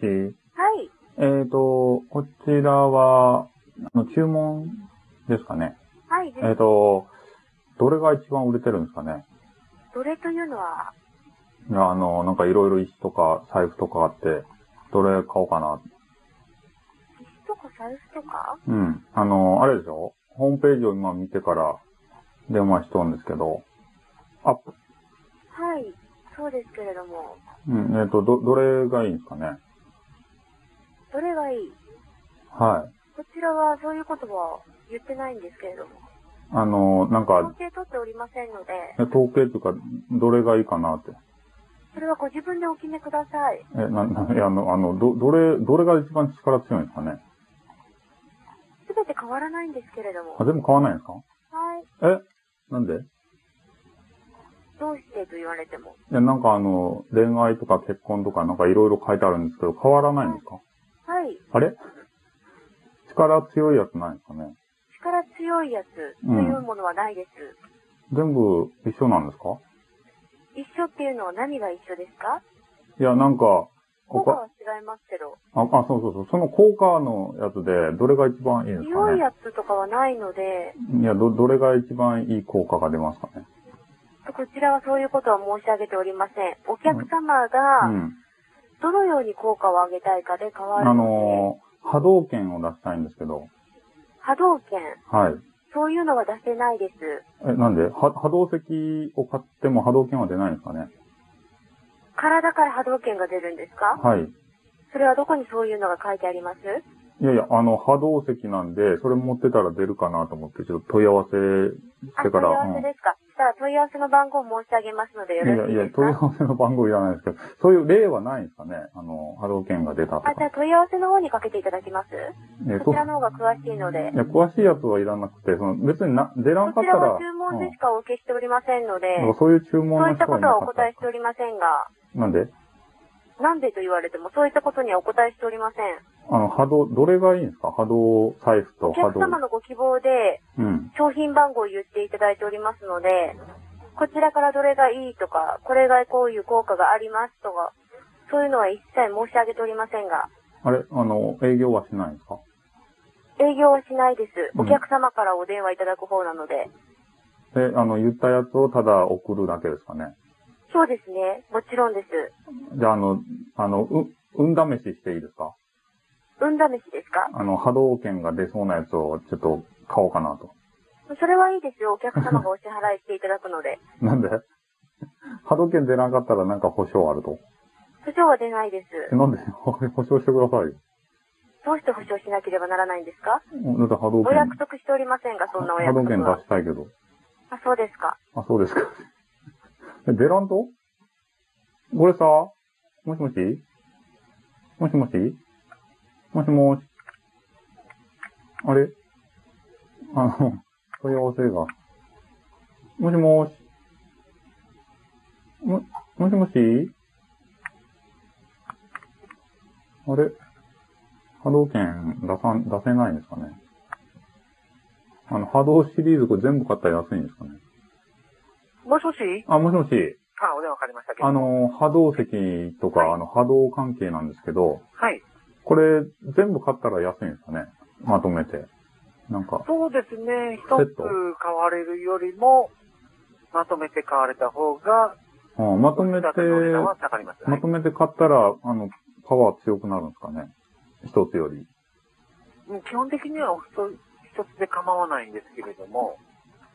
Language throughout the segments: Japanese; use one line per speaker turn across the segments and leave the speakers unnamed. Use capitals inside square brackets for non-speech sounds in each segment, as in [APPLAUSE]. ち。
はい。
えーと、こちらは、あの、注文ですかね。
はいで
えーと、どれが一番売れてるんですかね。
どれというのは、
いやあの、なんかいろいろ石とか財布とかあって、どれ買おうかな。
石とか財布とか
うん。あの、あれでしょホームページを今見てから電話しとんですけど、あ、
はい。そうですけれども、
うん、えーと、ど、どれがいいんですかね。
どれがいい
はい。
こちらはそういうことは言ってないんですけれども、
あの、なんか
統、計取っておりませんので、
え統計というか、どれがいいかなって。
それはご自分でお決めください。
え、な、な、いや、あの、あの、ど、どれ、どれが一番力強いんですかね。
すべて変わらないんですけれども、
あ、
は
全部買わないんですか
い。
えなんでい
どうしてと言われても、
や、なんかあの、恋愛とか結婚とかなんかいろいろ書いてあるんですけど、変わらないんですか
はい。
あれ力強いやつないんですかね
力強いやつというものはないです。
全部一緒なんですか
一緒っていうのは何が一緒ですか
いや、なんか、
効
お
果
か
は違いますけど、
あ、あ、そうそうそう。その効果のやつで、どれが一番いいんですか
強い
ね
やつとかはないので、
いや、ど、どれが一番いい効果が出ますかね
こちらはそういうことは申し上げておりません。お客様
う
が
ん。
どのように効果を上げたいかで変わ
あ
るので、
のー、波動拳を出したいんですけど、
波動拳、
はい。
そういうのは出せないです。
え、なんでは波動石を買っても波動拳は出ないんですかね
体から波動拳が出るんですか
はい。
それはどこにそういうのが書いてあります
いやいや、あの、波動石なんで、それ持ってたら出るかなと思って、ちょっと問い合わせし
あ、
て
問い
か
合
ら、
わせですか。したら問い合わせの番号を申し上げますのでよろ
うん。
し
い
い
やいや、
ですか
問い合わせの番号いらないですけど、そういう例はないんですかねあの、波動拳が出たとか
あ、。じゃあ問い合わせの方にかけていただきます
えっ
そ
と、
ち
い
らの方が詳しいので。
や、詳しいやつはいらなくて、その、別にな、出らんか
こ
っ
ち
た
ら
ら、
は注文で
うん
しかお受けしておりませんので、
だからそういう注文
そう
の
いった
人はい
こと
な
はお
かっ。
答えしたておりませんが、
なんで
なんでと言われても、そういったことにはお答えしておりません。
あの、波動、どれがいいんですか波動財布と
お
波
客
動。
様のご希望で、
うん。
商品番号を言っていただいておりますので、こちらからどれがいいとか、これがこういう効果がありますとか、そういうのは一切申し上げておりませんが、
あれあの、営業はしないんですか
営業はしないです。
うん
お客様からお電話いただく方なので。
え、あの、言ったやつをただ送るだけですかね
そうですね。もちろんです。
じゃあ、あの、あの、う、運試ししていいですか
運試しですか
あの、波動券が出そうなやつをちょっと買おうかなと。
それはいいですよ。お客様がお支払いしていただくの [LAUGHS] で。
なんで [LAUGHS] 波動券出なかったらなんか保証あると。
保証は出ないです。
えなんで [LAUGHS] 保証してくださいよ。
どうして保証しなければならないんですか
だって波動
お約
券、
束しておりませんが、そんなお
波
約
動券
束
出
は。
したいけど。
あ、そうですか。
あ、そうですか。え出らんとこれさ、もしもしもしもしもしもしあれあの、問い合わせが。もしもしも、もしもしあれ波動券出さん、出せないんですかねあの、波動シリーズこれ全部買ったら安いんですかね
もしもし
あ、もしもし。
あ、お電話かかりましたけど。
あ
は
の、波動石とか、
はい
あの、波動関係なんですけど、
い。
これ、全部買ったら安いんですかねまとめて。なんか、
そうですね。一
セッ
つ
ト
買われるよりも、まとめて買われた方が、
うん、まとめて、
お値段は下がります。は
ま
い
とめて買ったら、あの、パワー強くなるんですかね一つより。
うん基本的にはお一つ一つで構わないんですけれども、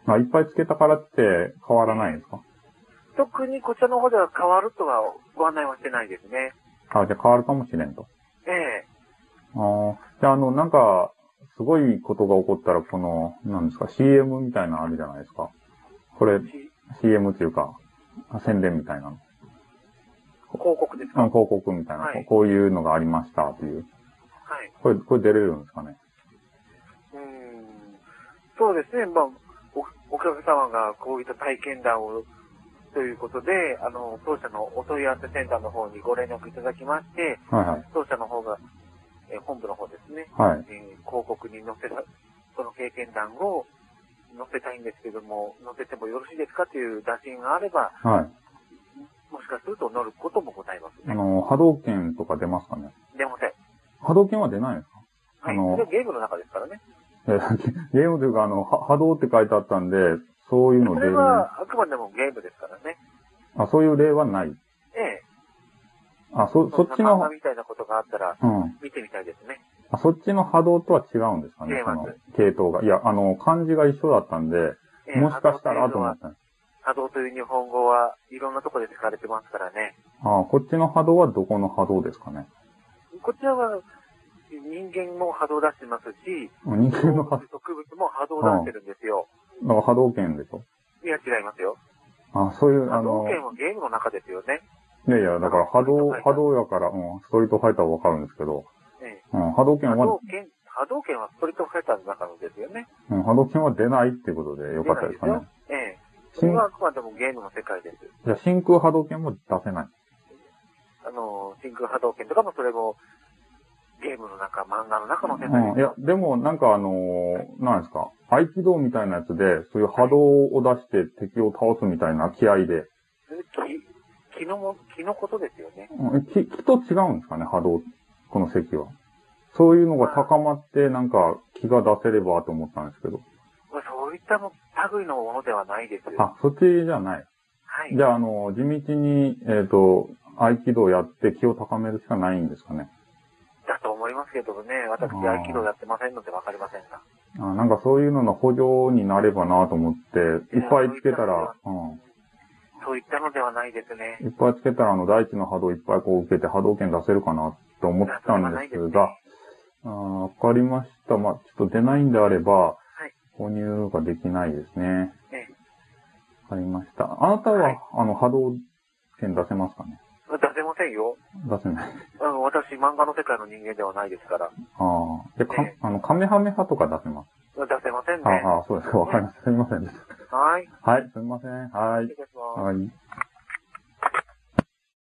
あ、いっぱいつけたからって変わらないんですか
特にこちらの方では変わるとはご案内はしてないですね。
あ、じゃあ変わるかもしれんと。
ええ
ああ、じゃああの、なんか、すごいことが起こったら、この、なんですか、CM みたいなのあるじゃないですか。これ、
し
CM っていうか、あ宣伝みたいなの。
広告です
あ
か、
の広告みたいな、
はい
こういうのがありましたっていう。
はい。
これ、これ出れるんですかね
うん。そうですね。まあ、おお客様がこういった体験談を、ということで、あの、当社のお問い合わせセンターの方にご連絡いただきまして、
はいはい。
当社の方が、えー本部の方ですね、
はい。
えー広告に載せた、その経験談を載せたいんですけども、載せてもよろしいですかという打診があれば、
はい。
もしかすると乗ることもございます
あ
ね。
の、波動拳とか出ますかね
出
波動拳は出ないんですか
はい。
あの
それはゲームの中ですからね。
えーゲームというか、あの、は波動って書いてあったんで、そういうの
そ
出
れ
る。
はあくまでもゲームですからね。
あ、そういう例はない。
ええ。
あ、そ、そっち
仲間
の、
みたいなことがあったら
うん。
見てみたいですね。
あ、そっちの波動とは違うんですかね
違い
そ
ます
の、系統が。いや、あの、漢字が一緒だったんで、
ええ
もしかしたらと思ったんです。
波動という日本語はいろんなところで使われてますからね。
あ、こっちの波動はどこの波動ですかね。
こちらは人間も波動出してますし、 [LAUGHS]
うん人
植
間
物
の波
も波動出してるんですよ。
動、波動圏でしょ。
いや、違いますよ。
あ、そういう、あ
波動
の、
拳はゲームの中ですよね。
いやいや、だから波動、
あの
波動やから、うん、ストリートファイターはわかるんですけど、
ええ
うん、波動
波
拳は
動、拳、波動拳はストリートファイターの中のですよね。
うん、波動拳は出ないっていうことでよかったですかね。
ええ。そ
真
れはあくまでもゲームの世界です。
じゃあ真空波動拳も出せない。
あの、真空波動拳とかもそれも、ゲームの中、漫画の中の世界
うん、いや、でもなんかあのーなんですか、合気道みたいなやつで、そういう波動を出して敵を倒すみたいな気合で、
気、気のも、気のことですよね。
うん、気気と違うんですかね、波動、この席は。そういうのが高まって、なんか気が出せればと思ったんですけど。
まあそういったも類のものではないですよ。
あ、そっちじゃない。
はい。
じゃあ、あの、地道に、えっ、と、合気道やって気を高めるしかないんですかね。
だと思いますけどね、私、
あー
合気道やってませんのでわかりませんが。
あなんかそういうのの補助になればなと思って、いっぱいつけたら、うん。
そういったのではないですね。
いっぱいつけたら、あの、大地の波動いっぱいこう受けて波動圏出せるかなと思ったんですが、あーわかりました。まあ、ちょっと出ないんであれば、購入ができないですね。
ええ
わかりました。あなたは、
はい
あの、波動圏出せますかね
出せませんよ。
出せない。
あの私、漫画の世界の人間ではないですから。
ああ。で、か
ええ、
あの、カメハメ派とか出せます。
出せませんね。
ああ、そうですか。わかりました。すみませんでし
はい。
た。はい、すみません。はい
失。礼します。
はい。